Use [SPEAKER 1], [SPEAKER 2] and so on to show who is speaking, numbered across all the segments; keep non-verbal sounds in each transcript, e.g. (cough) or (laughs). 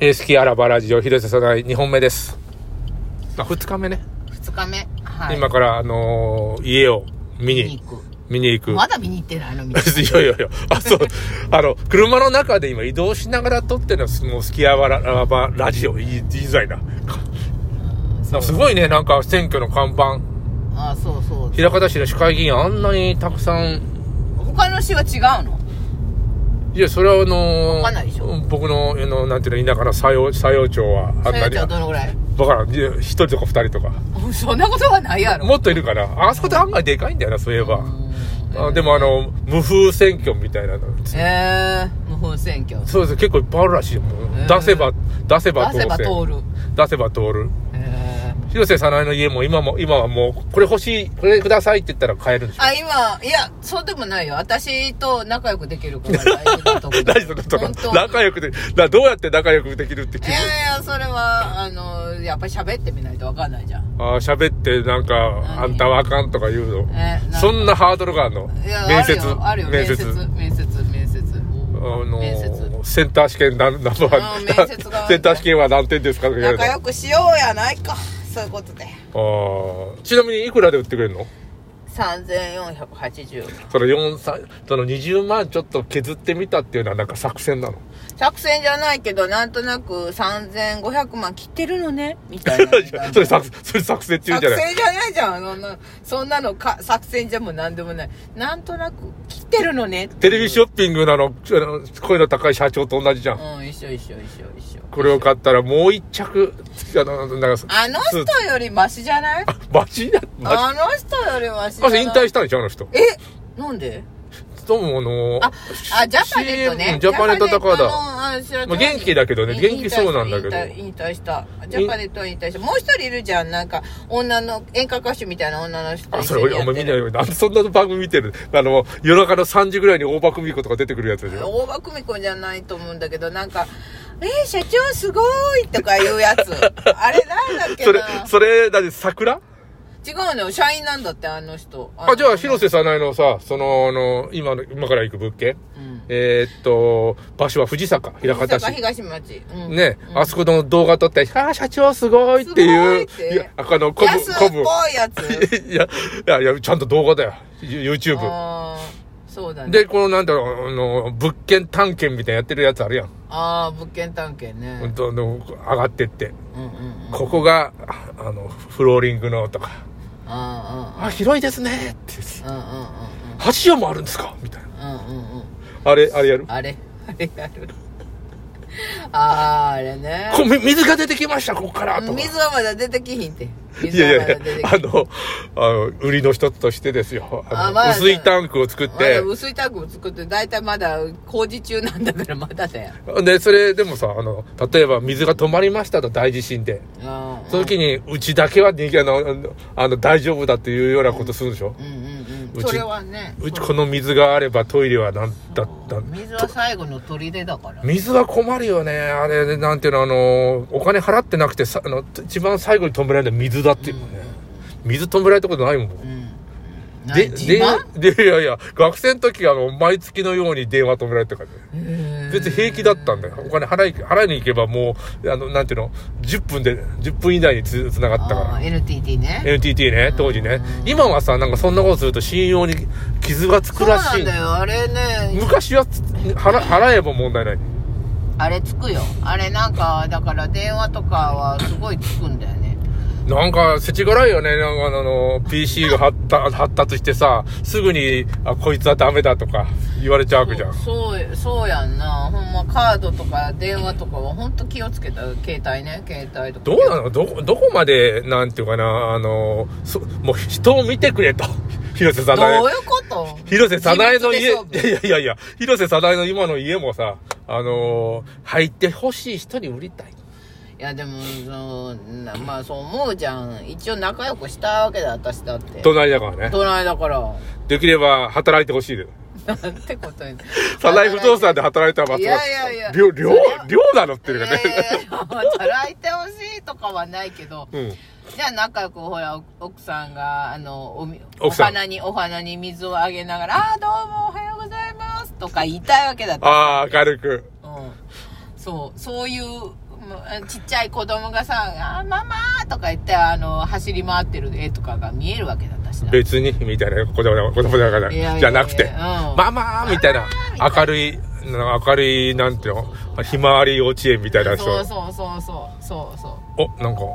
[SPEAKER 1] えー、スキアラバラジオ、広瀬さない2本目です。まあ、2日目ね。
[SPEAKER 2] 2日目、はい、
[SPEAKER 1] 今から、あのー家を見
[SPEAKER 2] 見に
[SPEAKER 1] に、
[SPEAKER 2] 行
[SPEAKER 1] 見に行
[SPEAKER 2] く
[SPEAKER 1] く。
[SPEAKER 2] まだ見に行ってないのみんない
[SPEAKER 1] (laughs) やいやいや、あ、 (laughs) そう、あの、車の中で今移動しながら撮ってるのは、もうスキアバララバラジオ、言い言いづらいな。なんかすごいね、なんか選挙の看板、
[SPEAKER 2] あそうそう
[SPEAKER 1] 枚方市の市会議員あんなにたくさん、
[SPEAKER 2] 他の市は違うの
[SPEAKER 1] いや、それはあのー
[SPEAKER 2] わかんないでしょ
[SPEAKER 1] 僕の、あの、なんていうの、田舎の佐用、佐用町は、あ
[SPEAKER 2] そ
[SPEAKER 1] んな
[SPEAKER 2] れ
[SPEAKER 1] に、
[SPEAKER 2] じゃ
[SPEAKER 1] わ
[SPEAKER 2] あどのぐらい
[SPEAKER 1] からんいや、一人とか二人とか。
[SPEAKER 2] そんなことはないやろ
[SPEAKER 1] もっといるから、あそこって案外でかいんだよな、そういえば。
[SPEAKER 2] うん
[SPEAKER 1] あでもあの、無風選挙みたいなの。
[SPEAKER 2] えー、無本選挙
[SPEAKER 1] そうです、結構いっぱいあるらしいよ。もう
[SPEAKER 2] へー
[SPEAKER 1] 出せば、出せば
[SPEAKER 2] 出
[SPEAKER 1] 当
[SPEAKER 2] せば
[SPEAKER 1] 選。
[SPEAKER 2] 通る
[SPEAKER 1] 出せば通る。
[SPEAKER 2] えー
[SPEAKER 1] 広瀬さないの家も今も、今はもう、これ欲しい、これくださいって言ったら買えるんでしょ
[SPEAKER 2] あ今いやそうでもないよ私と仲良くできる子が大事なとこだ
[SPEAKER 1] (laughs) 大丈夫とか
[SPEAKER 2] 本当、
[SPEAKER 1] 仲良くで、だからどうやって仲良くできるって聞
[SPEAKER 2] い
[SPEAKER 1] く
[SPEAKER 2] やいやそれはあのやっぱり喋ってみないとわかんないじゃん
[SPEAKER 1] あー喋ってなんか、あんたはあかんとか言うの。
[SPEAKER 2] えーなんか
[SPEAKER 1] そんなハードルがあるの
[SPEAKER 2] いや
[SPEAKER 1] 面接
[SPEAKER 2] あるよあるよ
[SPEAKER 1] 面
[SPEAKER 2] 面
[SPEAKER 1] 接
[SPEAKER 2] 接面接面接
[SPEAKER 1] あの
[SPEAKER 2] 面接
[SPEAKER 1] ーセンター試験何何番
[SPEAKER 2] あー面接があるんだ
[SPEAKER 1] (laughs) センター試験は何点ですかとか言われ
[SPEAKER 2] 仲
[SPEAKER 1] た
[SPEAKER 2] 良くしようやないかそういうことで
[SPEAKER 1] あーちなみにいくらで売ってくれるの
[SPEAKER 2] 3480
[SPEAKER 1] その4歳その20万ちょっと削ってみたっていうのはなんか作戦なの
[SPEAKER 2] 作戦じゃないけどなんとなく3500万切ってるのねみたい (laughs) な
[SPEAKER 1] それ作それ作戦って言うんじゃ
[SPEAKER 2] 作
[SPEAKER 1] ない
[SPEAKER 2] 戦じゃないじゃんそんなそんなのか作戦じゃもう何でもないなんとなく切ってるのねっていう
[SPEAKER 1] テレビショッピングなのあの声の高い社長と同じじゃん、
[SPEAKER 2] うん一緒一緒一緒一緒
[SPEAKER 1] これを買ったらもう一着あのなんか
[SPEAKER 2] あの人よりマシじゃない
[SPEAKER 1] あマジだマ
[SPEAKER 2] あの人よりマシ
[SPEAKER 1] ジ
[SPEAKER 2] じゃ
[SPEAKER 1] 昔
[SPEAKER 2] ない
[SPEAKER 1] 引退したんでしょあの人
[SPEAKER 2] えなんで
[SPEAKER 1] どうもあのー
[SPEAKER 2] あ、あ、ジャパネットね
[SPEAKER 1] CM。ジャパネット高田
[SPEAKER 2] 田
[SPEAKER 1] まあ元気だけどね元気そうなんだけど
[SPEAKER 2] 引退引退した。ジャパネットは引退した。もう一人いるじゃん。なんか、女の、演歌歌手みたいな女の人と
[SPEAKER 1] あ、
[SPEAKER 2] 一
[SPEAKER 1] そ
[SPEAKER 2] 緒に
[SPEAKER 1] れ、お
[SPEAKER 2] やって
[SPEAKER 1] 前
[SPEAKER 2] る。
[SPEAKER 1] 見ないよ。なんでそんな番組見てるあの、夜中の3時ぐらいに大場久美子とか出てくるやつでしょ。
[SPEAKER 2] 大場久美子じゃないと思うんだけど、なんか、えー、社長すごいとかいう
[SPEAKER 1] (laughs)
[SPEAKER 2] やつ。あれなんだっけ
[SPEAKER 1] それ
[SPEAKER 2] な。、
[SPEAKER 1] それ、だって桜
[SPEAKER 2] 違うのよ。社員なんだって、あの人。
[SPEAKER 1] あ、じゃあ、広
[SPEAKER 2] 瀬。
[SPEAKER 1] 瀬さないのさ、その、あの、今の、今から行く物件
[SPEAKER 2] うん。
[SPEAKER 1] えーっと、場所は藤坂、
[SPEAKER 2] 大
[SPEAKER 1] 平方
[SPEAKER 2] 阪
[SPEAKER 1] 市。
[SPEAKER 2] 東町。うん。
[SPEAKER 1] ね、あそこの動画撮って、あー、社長すごいっていう、
[SPEAKER 2] すごいって
[SPEAKER 1] いや、あの、コブ、
[SPEAKER 2] 安っ
[SPEAKER 1] コ
[SPEAKER 2] ぽいやつ。
[SPEAKER 1] ブ。い (laughs) や、いや、いや、ちゃんと動画だよ。You- YouTube。
[SPEAKER 2] あーそうだね。
[SPEAKER 1] で、この、なんだろう、あの、物件探検みたいなやってるやつあるやん。
[SPEAKER 2] ああ、物件探検ね。
[SPEAKER 1] どんどん上がってって。
[SPEAKER 2] うんうんうん。
[SPEAKER 1] ここが、ああの、フローリングのとか、
[SPEAKER 2] あ
[SPEAKER 1] あ、広いですねって、
[SPEAKER 2] あ、うんうんうん
[SPEAKER 1] 橋屋もあるんですかみたいな。
[SPEAKER 2] うんうんうんうん。
[SPEAKER 1] あれ、あれやる。
[SPEAKER 2] あれ (laughs) あれやる。ああ、あれね。
[SPEAKER 1] こみ水が出てきました、ここからとか。
[SPEAKER 2] 水はまだ出てきひんて。
[SPEAKER 1] い
[SPEAKER 2] 水
[SPEAKER 1] やい
[SPEAKER 2] はま
[SPEAKER 1] や
[SPEAKER 2] だ
[SPEAKER 1] い
[SPEAKER 2] 出て
[SPEAKER 1] や、
[SPEAKER 2] き
[SPEAKER 1] あ
[SPEAKER 2] ひん。
[SPEAKER 1] の、あの、売りの一つとしてですよ。あ
[SPEAKER 2] あ
[SPEAKER 1] の
[SPEAKER 2] まあ
[SPEAKER 1] 薄いタンクを作っ
[SPEAKER 2] まだ
[SPEAKER 1] て。
[SPEAKER 2] 薄いタンクを作って、だいたいまだ工事中なんだからまだだよ。
[SPEAKER 1] で、それでもさ、あの、例えば水が止まりましたと大地震で。
[SPEAKER 2] うんうん
[SPEAKER 1] その時に、うちだけは逃げ、あのあの、あの、大丈夫だっていうようなことするでしょ。
[SPEAKER 2] うんうんう。
[SPEAKER 1] うんち
[SPEAKER 2] それはね。
[SPEAKER 1] うちこの水があればトイレはなんだ、だ、
[SPEAKER 2] 水は最後の砦だから。
[SPEAKER 1] 水は困るよね。あれ、なんていうの、あの、お金払ってなくてさ、あの、一番最後に止められるのは水だっていうね。水止められたことないもん。
[SPEAKER 2] うん。
[SPEAKER 1] で、
[SPEAKER 2] で、自
[SPEAKER 1] で
[SPEAKER 2] 慢、
[SPEAKER 1] で、いやいや、学生の時、あの、毎月のように電話止められてたからね。別に平気だったんだよ。お金払い、払いに行けばもう、あの、なんていうの、10分で、10分以内につ、つながったから。
[SPEAKER 2] あー NTT ね。
[SPEAKER 1] NTT ね、当時ね。今はさ、なんかそんなことすると信用に傷がつく
[SPEAKER 2] そう
[SPEAKER 1] ら
[SPEAKER 2] な
[SPEAKER 1] しい
[SPEAKER 2] ん。だよ。あれね、
[SPEAKER 1] 昔はつ、払、払えば問題ない。
[SPEAKER 2] あれつくよ。あれなんか、だから電話とかはすごいつくんだよね。
[SPEAKER 1] なんか、せちがらいよね。なんか、あの、PC が発達発達してさ、すぐに、あ、こいつはダメだとか言われちゃうわけじゃん。
[SPEAKER 2] そう、そうやんな。ほんまカードとか電話とかはほんと気をつけた。携帯ね、携帯とか。
[SPEAKER 1] どうなのどこ、どこまで、なんていうかな、あの、そ、もう人を見てくれと。 (laughs) 広瀬さな
[SPEAKER 2] どう
[SPEAKER 1] え。
[SPEAKER 2] いうこと
[SPEAKER 1] 広瀬さなえの家、い
[SPEAKER 2] 自分で
[SPEAKER 1] やいやいやいや、広瀬さなえの今の家もさ、あの、入ってほしい人に売りたい。
[SPEAKER 2] いや、でも、そんなまあそう思うじゃん。一応仲良くしたわけだ、私だって。
[SPEAKER 1] 隣だからね。
[SPEAKER 2] 隣だから。
[SPEAKER 1] できれば働いてほしいで。
[SPEAKER 2] なんてこと
[SPEAKER 1] (laughs)
[SPEAKER 2] に。
[SPEAKER 1] サナエ不動産で働いたら、
[SPEAKER 2] いやいやいや
[SPEAKER 1] 寮、寮、寮なのって
[SPEAKER 2] い
[SPEAKER 1] いう
[SPEAKER 2] や
[SPEAKER 1] か
[SPEAKER 2] いや
[SPEAKER 1] ね。
[SPEAKER 2] いや働いてほしいとかはないけど。
[SPEAKER 1] うん。
[SPEAKER 2] じゃあ仲良くほら奥さんがあのおみお
[SPEAKER 1] 奥さん
[SPEAKER 2] 花にお花に水をあげながら「あーどうもおはようございます」とか言いたいわけだった、
[SPEAKER 1] ああ、明るく。
[SPEAKER 2] うん、そうそういうもうちっちゃい子供がさ「あーママ!」とか言ってあの走り回ってる絵とかが見えるわけだったしな
[SPEAKER 1] 別に、みたいな、子供だ、子供だから、
[SPEAKER 2] いやいやいや
[SPEAKER 1] じゃなくて、
[SPEAKER 2] うん
[SPEAKER 1] ママみたいな、明るい、な明るい、なんていうの、ひまわり幼稚園みたいな人。
[SPEAKER 2] そうそうそうそうそうそ
[SPEAKER 1] お、なんか、
[SPEAKER 2] う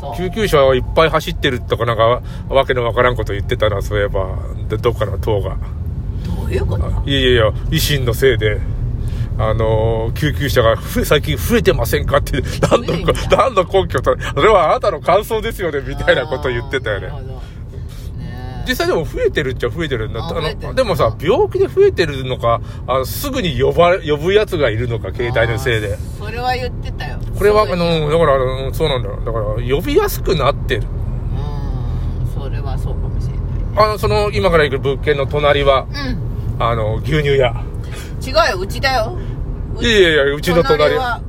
[SPEAKER 2] そう
[SPEAKER 1] 救急車をいっぱい走ってるとか、なんか、わけのわからんこと言ってたな、そういえば、でどっかの党が。
[SPEAKER 2] どういうこと
[SPEAKER 1] いやいやいや、維新のせいで、あのー救急車がふ最近増えてませんかって、何
[SPEAKER 2] 増
[SPEAKER 1] の
[SPEAKER 2] えてんじゃ、
[SPEAKER 1] 何
[SPEAKER 2] ん
[SPEAKER 1] の根拠と、それはあなたの感想ですよね、みたいなこと言ってたよね
[SPEAKER 2] あ。ーなるほどね
[SPEAKER 1] 実際でも増えてるっちゃ増えてるんだ
[SPEAKER 2] あ
[SPEAKER 1] あ
[SPEAKER 2] 増えて
[SPEAKER 1] の
[SPEAKER 2] る
[SPEAKER 1] でもさ病気で増えてるのかあのすぐに呼ば呼ぶやつがいるのか携帯のせいで
[SPEAKER 2] あーそれは言ってたよ
[SPEAKER 1] これはあ
[SPEAKER 2] そうだよ
[SPEAKER 1] のだからあのそうなんだよだから呼びやすくなってる
[SPEAKER 2] うんそれはそうかもしれな
[SPEAKER 1] あのその今から行く物件の隣はい
[SPEAKER 2] うん
[SPEAKER 1] あの牛乳屋
[SPEAKER 2] 違うようちだよ
[SPEAKER 1] いやいやいやうちの隣
[SPEAKER 2] は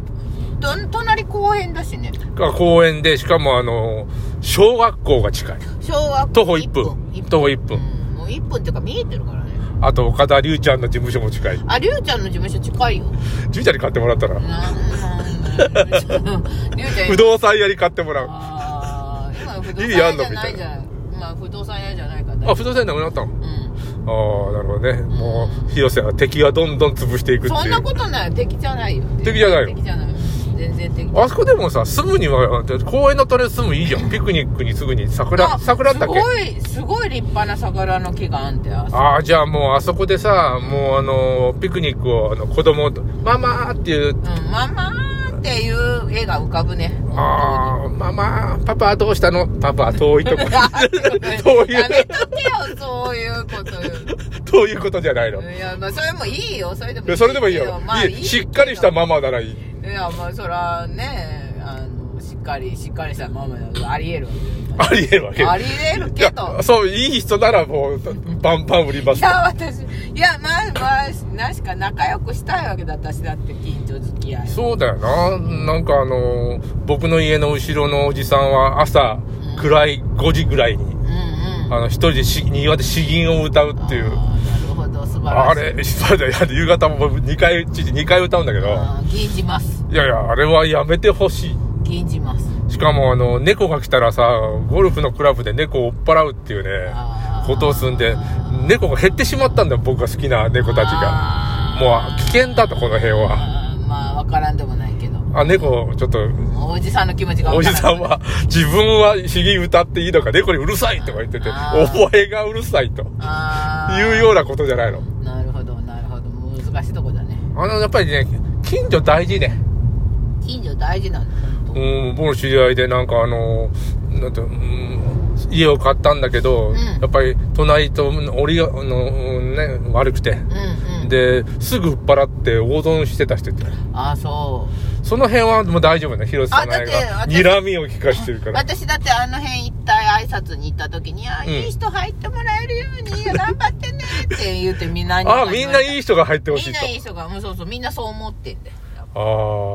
[SPEAKER 2] ど隣公園だしね
[SPEAKER 1] が公園でしかもあの小学校が近い
[SPEAKER 2] 小学
[SPEAKER 1] 徒歩1分
[SPEAKER 2] 一
[SPEAKER 1] 徒歩1分、
[SPEAKER 2] うんもう1分っていうか見えてるからね
[SPEAKER 1] あと岡田龍ちゃんの事務所も近い
[SPEAKER 2] ありゅうちゃんの事務所近いよ
[SPEAKER 1] じいちゃんに買ってもらったら
[SPEAKER 2] なんなんだ
[SPEAKER 1] (laughs)
[SPEAKER 2] よりゅうちゃん
[SPEAKER 1] 不動産屋に買ってもらう
[SPEAKER 2] あー今不動産
[SPEAKER 1] 意味あ
[SPEAKER 2] 屋
[SPEAKER 1] ん
[SPEAKER 2] じ
[SPEAKER 1] の
[SPEAKER 2] ゃないじゃんまあ不動産屋じゃないから
[SPEAKER 1] あ不動産屋なくなったの
[SPEAKER 2] うん
[SPEAKER 1] ああなるほどねもう広瀬は敵がどんどん潰していくっていう
[SPEAKER 2] そんなことない敵じゃないよ
[SPEAKER 1] 敵じゃないよ
[SPEAKER 2] 敵じゃない全然敵
[SPEAKER 1] あそこでもさ住むには公園の隣住むいいじゃんピクニックにすぐに桜
[SPEAKER 2] あ
[SPEAKER 1] 桜だっけ
[SPEAKER 2] すごいすごい立派な桜の木があんてあ
[SPEAKER 1] ああじゃあもうあそこでさもうあのピクニックをあの子供と「ママ」っていう
[SPEAKER 2] うんママーっていう絵が浮かぶね
[SPEAKER 1] ああママパパどうしたのパパ遠いとこ
[SPEAKER 2] (laughs) そ
[SPEAKER 1] そうういう
[SPEAKER 2] い
[SPEAKER 1] う
[SPEAKER 2] やめとけよそういうこと言
[SPEAKER 1] そういうことじゃないの
[SPEAKER 2] ういやまあそれもいいよそれでも
[SPEAKER 1] いやそれでもいいよ、
[SPEAKER 2] まあ
[SPEAKER 1] いいしっかりした
[SPEAKER 2] ま
[SPEAKER 1] ママならいい
[SPEAKER 2] いやまあそらねあのしっかりしっかりしたママありえるわ
[SPEAKER 1] ありえるわ
[SPEAKER 2] け
[SPEAKER 1] け
[SPEAKER 2] よありえる
[SPEAKER 1] い
[SPEAKER 2] けど
[SPEAKER 1] やそういい人ならもうバンバン売りま
[SPEAKER 2] い
[SPEAKER 1] す
[SPEAKER 2] や私いやまあまあなしか仲良くしたいわけだ私だって近所付き合い
[SPEAKER 1] そうだよな。なんかあのー僕の家の後ろのおじさんは朝
[SPEAKER 2] うん
[SPEAKER 1] 暗い5時ぐらいに、
[SPEAKER 2] うんうん
[SPEAKER 1] あの、一人でし庭で詩吟を歌うっていう。
[SPEAKER 2] あーなるほど素晴
[SPEAKER 1] あ
[SPEAKER 2] らしい
[SPEAKER 1] れ、そうだよ。夕方も僕2回、父2回歌うんだけど、
[SPEAKER 2] あー吟じます
[SPEAKER 1] いやいや、あれはやめてほしい。
[SPEAKER 2] 吟じます
[SPEAKER 1] しかもあの、猫が来たらさ、ゴルフのクラブで猫を追っ払うっていうね
[SPEAKER 2] あ、ー
[SPEAKER 1] ことをすんで、猫が減ってしまったんだよ、僕が好きな猫たちが。もう危険だと、この辺は。
[SPEAKER 2] あーまあわからんでもないけど
[SPEAKER 1] あ、猫、ちょっと、
[SPEAKER 2] おじさんの気持ちが
[SPEAKER 1] お
[SPEAKER 2] 分か
[SPEAKER 1] じ
[SPEAKER 2] ら
[SPEAKER 1] さんは、自分は詩吟歌っていいのか、猫にうるさいとか言ってて、
[SPEAKER 2] あー
[SPEAKER 1] お前がうるさいと
[SPEAKER 2] あー
[SPEAKER 1] いうようなことじゃないの。
[SPEAKER 2] なるほどなるほど難しいとこだね
[SPEAKER 1] あの、やっぱりね、近所大事ね。
[SPEAKER 2] 近所大事なんだ本当
[SPEAKER 1] うん、僕の知り合いでなんかあの、なんて、うん、家を買ったんだけど、
[SPEAKER 2] ん
[SPEAKER 1] やっぱり隣と折りが、あの、うんね、悪くて。
[SPEAKER 2] うんうん
[SPEAKER 1] で、すぐ売っ払って大損してた人って。
[SPEAKER 2] ああそ
[SPEAKER 1] その辺はもう大丈夫ね、広瀬さんの
[SPEAKER 2] あ
[SPEAKER 1] 辺
[SPEAKER 2] だって
[SPEAKER 1] が。
[SPEAKER 2] 私
[SPEAKER 1] 睨みを聞かしてるか
[SPEAKER 2] う
[SPEAKER 1] ら。
[SPEAKER 2] 私だってあの辺一体挨拶に行った時に「あー
[SPEAKER 1] うん
[SPEAKER 2] いい人入ってもらえるように頑張ってね」って言うてみんなに
[SPEAKER 1] あ、みんない
[SPEAKER 2] い
[SPEAKER 1] い人が入ってほし
[SPEAKER 2] み
[SPEAKER 1] い
[SPEAKER 2] ん
[SPEAKER 1] と。
[SPEAKER 2] ないい人がうんそうそうみんなそう思ってんだよ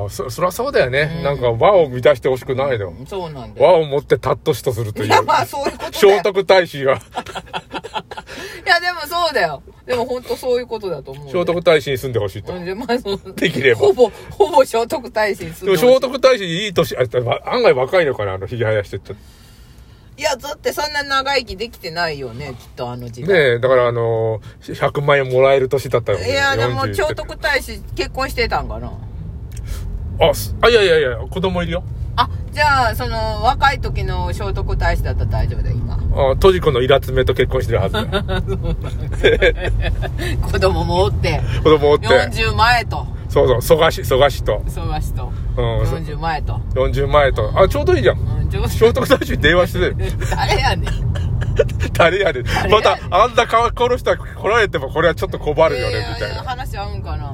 [SPEAKER 1] ああ、そ、そりゃそうだよね。
[SPEAKER 2] うん
[SPEAKER 1] なんか和を乱してほしくないのよ。
[SPEAKER 2] そうなんだよ
[SPEAKER 1] 和を持ってタッとしとするとい
[SPEAKER 2] いうや。まあそういうことだよ
[SPEAKER 1] 聖徳太子が、
[SPEAKER 2] いやでもそうだよでも本当そういうことだと思う
[SPEAKER 1] 聖
[SPEAKER 2] よ
[SPEAKER 1] 徳太子に住んでほしいと。
[SPEAKER 2] う
[SPEAKER 1] で
[SPEAKER 2] んでまあそう
[SPEAKER 1] できれば
[SPEAKER 2] ほぼほぼ聖徳太子に住ん
[SPEAKER 1] も
[SPEAKER 2] で
[SPEAKER 1] 聖
[SPEAKER 2] ほしい
[SPEAKER 1] 徳太子いい年、あ、でも案外若いのかな、あの、ひげ生やしてった。ね
[SPEAKER 2] いやだってそんな長生きできてないよねきっとあの時代
[SPEAKER 1] え、だからあのー、100万円もらえる年だったよ、ね。
[SPEAKER 2] いやでも
[SPEAKER 1] 40
[SPEAKER 2] 聖徳太子結婚してたんかな
[SPEAKER 1] あ、すあ、いやいやいや、子供いるよ。
[SPEAKER 2] あじゃあその若い時の聖徳太子だったら大丈夫だよ今 (laughs)
[SPEAKER 1] あ、トジコのイラツメと結婚してるはずだよ。
[SPEAKER 2] 子供もおって
[SPEAKER 1] 子供おって。
[SPEAKER 2] 40前と
[SPEAKER 1] そうそう、蘇我氏、蘇我氏と。
[SPEAKER 2] 忙しと
[SPEAKER 1] うんそ
[SPEAKER 2] 40前と、
[SPEAKER 1] 40万円と。あ、ちょうどいいじゃん。
[SPEAKER 2] うん、上
[SPEAKER 1] 聖
[SPEAKER 2] 手
[SPEAKER 1] 徳太子に電話してる。
[SPEAKER 2] (laughs) 誰やねん
[SPEAKER 1] (laughs) 誰やねん。また、あんな顔殺したら来られても、これはちょっと困るよね、
[SPEAKER 2] や
[SPEAKER 1] み
[SPEAKER 2] や
[SPEAKER 1] たい
[SPEAKER 2] や
[SPEAKER 1] な。
[SPEAKER 2] 話合うんかな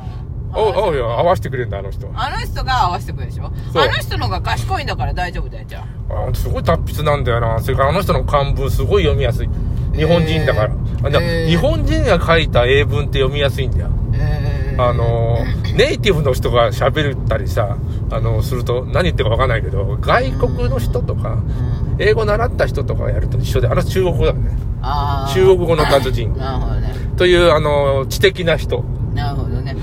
[SPEAKER 1] おう、おうよ、合わせてくれんだ、あの人。
[SPEAKER 2] あの人が合わせてくるでしょあ
[SPEAKER 1] そう
[SPEAKER 2] の人の方が賢いんだから大丈夫だよじゃあ
[SPEAKER 1] あすごい達筆なんだよな。それからあの人の漢文すごい読みやすい。日本人だから。あでも
[SPEAKER 2] へー
[SPEAKER 1] 日本人が書いた英文って読みやすいんだよ。
[SPEAKER 2] えー
[SPEAKER 1] あ (laughs) のー、ネイティブの人が喋ったりさ、あのー、すると何言ってるかわかんないけど、外国の人とか、
[SPEAKER 2] うん
[SPEAKER 1] 英語習った人とかやると一緒で、あの人中国語だよね。
[SPEAKER 2] あー
[SPEAKER 1] 中国語の達人
[SPEAKER 2] なるほどね
[SPEAKER 1] という、あのー、知的な人。
[SPEAKER 2] なるほどね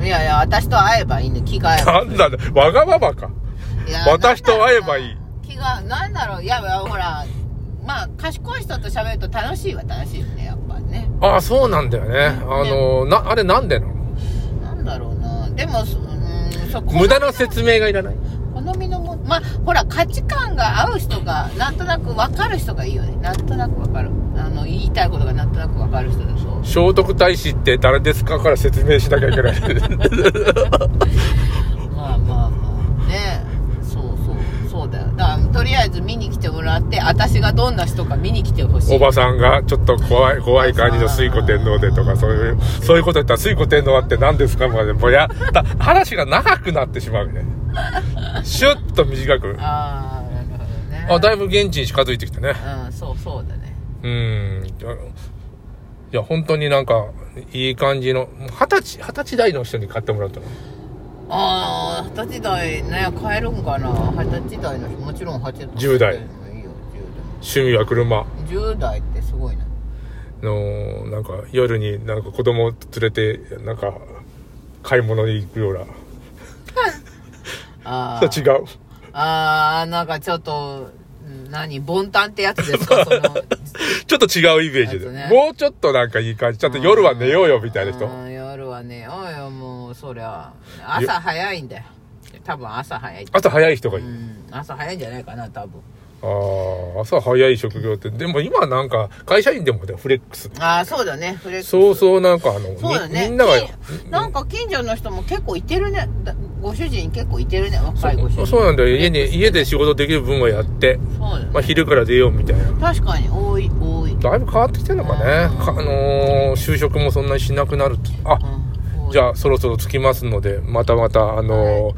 [SPEAKER 1] ん
[SPEAKER 2] いやいや、私と会えばいいね。気が合えば
[SPEAKER 1] な。んだね、わがままか。
[SPEAKER 2] いや
[SPEAKER 1] 私と会えばいい。
[SPEAKER 2] 気が、なんだろう。いや、いやほら、まあ、賢い人と喋ると楽しいは楽しいよね、やっぱね。
[SPEAKER 1] ああ、そうなんだよね。あの、な、あれなんでなの
[SPEAKER 2] なんだろうな。でも、そうん、そこ。
[SPEAKER 1] 無駄な説明がいらない。
[SPEAKER 2] 好みのも、まあ、ほら、価値観が合う人が、なんとなく分かる人がいいよね。なんとなく分かる。あの、言いたいことがなんとなく分かる人だそう。
[SPEAKER 1] 聖徳太子って誰ですかから説明しなきゃいけない。 (laughs)
[SPEAKER 2] まあまあまあ。ねそうそう。そうだよ。だから、とりあえず見に来てもらって、私がどんな人か見に来てほしい。
[SPEAKER 1] おばさんがちょっと怖い、怖い感じの水古天皇でとか、そういう、そういうこと言ったら水古天皇って何ですかとかで、もうやった、話が長くなってしまうね。シュッと短く。
[SPEAKER 2] ああ、なるほどね。
[SPEAKER 1] あ、だいぶ現地に近づいてきたね。
[SPEAKER 2] うん、そうそうだね。
[SPEAKER 1] うん。いやいや、本当になんか、いい感じの、もう二十歳、二十歳代の人に買ってもらったの。
[SPEAKER 2] ああ、二十歳代ね、帰るんかな。二十歳代の人、もちろん八
[SPEAKER 1] 10
[SPEAKER 2] 十代。
[SPEAKER 1] 代
[SPEAKER 2] いいよ、
[SPEAKER 1] 趣味は車。
[SPEAKER 2] 10代。10代ってすごいな。
[SPEAKER 1] の、なんか、夜になんか子供を連れて、なんか、買い物に行くような。
[SPEAKER 2] あ (laughs) あ。
[SPEAKER 1] 違う。 (laughs)
[SPEAKER 2] あー、なんかちょっと、何、ボンタンってやつですか、その。
[SPEAKER 1] ちょっと違うイメージで。
[SPEAKER 2] やつね
[SPEAKER 1] もうちょっとなんかいい感じ。ちょっと夜は寝ようよみたいな人。
[SPEAKER 2] うん夜はね、おいよ、もう、そりゃ。朝早いんだよ。多分朝早い。
[SPEAKER 1] 朝早い人がいうい。
[SPEAKER 2] ん、朝早いんじゃないかな、多分。
[SPEAKER 1] ああ、朝早い職業って。でも今はなんか、会社員でもね、フレックス。
[SPEAKER 2] ああ、そうだね、フレック
[SPEAKER 1] そうそうなんかあの、
[SPEAKER 2] そうだ
[SPEAKER 1] み
[SPEAKER 2] ね。
[SPEAKER 1] みんなが、
[SPEAKER 2] 近なんか近所の人も結構いてるね。だご主人結構いてるね、若いご主人。
[SPEAKER 1] そうなんだよ。家に、
[SPEAKER 2] フレックス
[SPEAKER 1] 家で仕事できる分はやって、
[SPEAKER 2] スそうだね
[SPEAKER 1] まあ昼から出ようみたいな。
[SPEAKER 2] 確かに、多い、多い。
[SPEAKER 1] だいぶ変わってきてんのかね。かあのー就職もそんなにしなくなると。あ、
[SPEAKER 2] うん多い
[SPEAKER 1] じゃあそろそろ着きますので、またまた、あのー